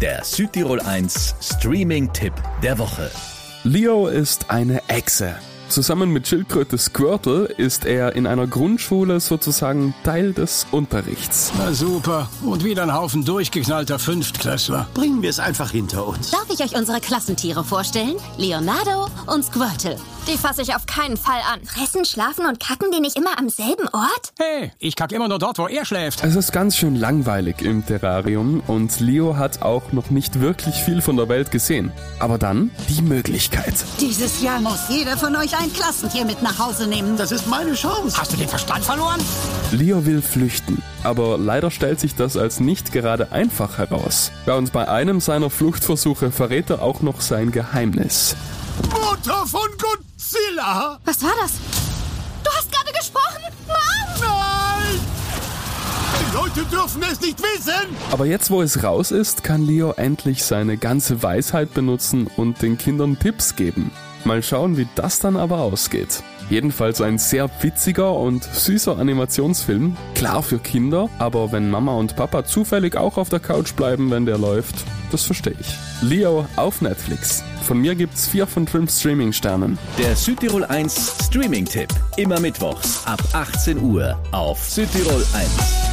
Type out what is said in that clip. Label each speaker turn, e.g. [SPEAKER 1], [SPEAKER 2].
[SPEAKER 1] Der Südtirol 1 Streaming-Tipp der Woche.
[SPEAKER 2] Leo ist eine Echse. Zusammen mit Schildkröte Squirtle ist er in einer Grundschule sozusagen Teil des Unterrichts.
[SPEAKER 3] Na super. Und wieder ein Haufen durchgeknallter Fünftklässler.
[SPEAKER 4] Bringen wir es einfach hinter uns.
[SPEAKER 5] Darf ich euch unsere Klassentiere vorstellen? Leonardo und Squirtle.
[SPEAKER 6] Die fasse ich auf keinen Fall an.
[SPEAKER 7] Fressen, schlafen und kacken die nicht immer am selben Ort?
[SPEAKER 3] Hey, ich kacke immer nur dort, wo er schläft.
[SPEAKER 2] Es ist ganz schön langweilig im Terrarium und Leo hat auch noch nicht wirklich viel von der Welt gesehen. Aber dann die Möglichkeit.
[SPEAKER 8] Dieses Jahr muss jeder von euch ein Klassentier mit nach Hause nehmen.
[SPEAKER 4] Das ist meine Chance.
[SPEAKER 3] Hast du den Verstand verloren?
[SPEAKER 2] Leo will flüchten, aber leider stellt sich das als nicht gerade einfach heraus. Ja, und bei einem seiner Fluchtversuche verrät er auch noch sein Geheimnis.
[SPEAKER 4] Mutter von Godzilla!
[SPEAKER 6] Was war das? Du hast gerade gesprochen? Mann!
[SPEAKER 4] Nein! Die Leute dürfen es nicht wissen!
[SPEAKER 2] Aber jetzt, wo es raus ist, kann Leo endlich seine ganze Weisheit benutzen und den Kindern Tipps geben. Mal schauen, wie das dann aber ausgeht. Jedenfalls ein sehr witziger und süßer Animationsfilm. Klar für Kinder, aber wenn Mama und Papa zufällig auch auf der Couch bleiben, wenn der läuft, das verstehe ich. Leo auf Netflix. Von mir gibt's vier von fünf Streaming-Sternen.
[SPEAKER 1] Der Südtirol 1 Streaming-Tipp. Immer mittwochs ab 18 Uhr auf Südtirol 1.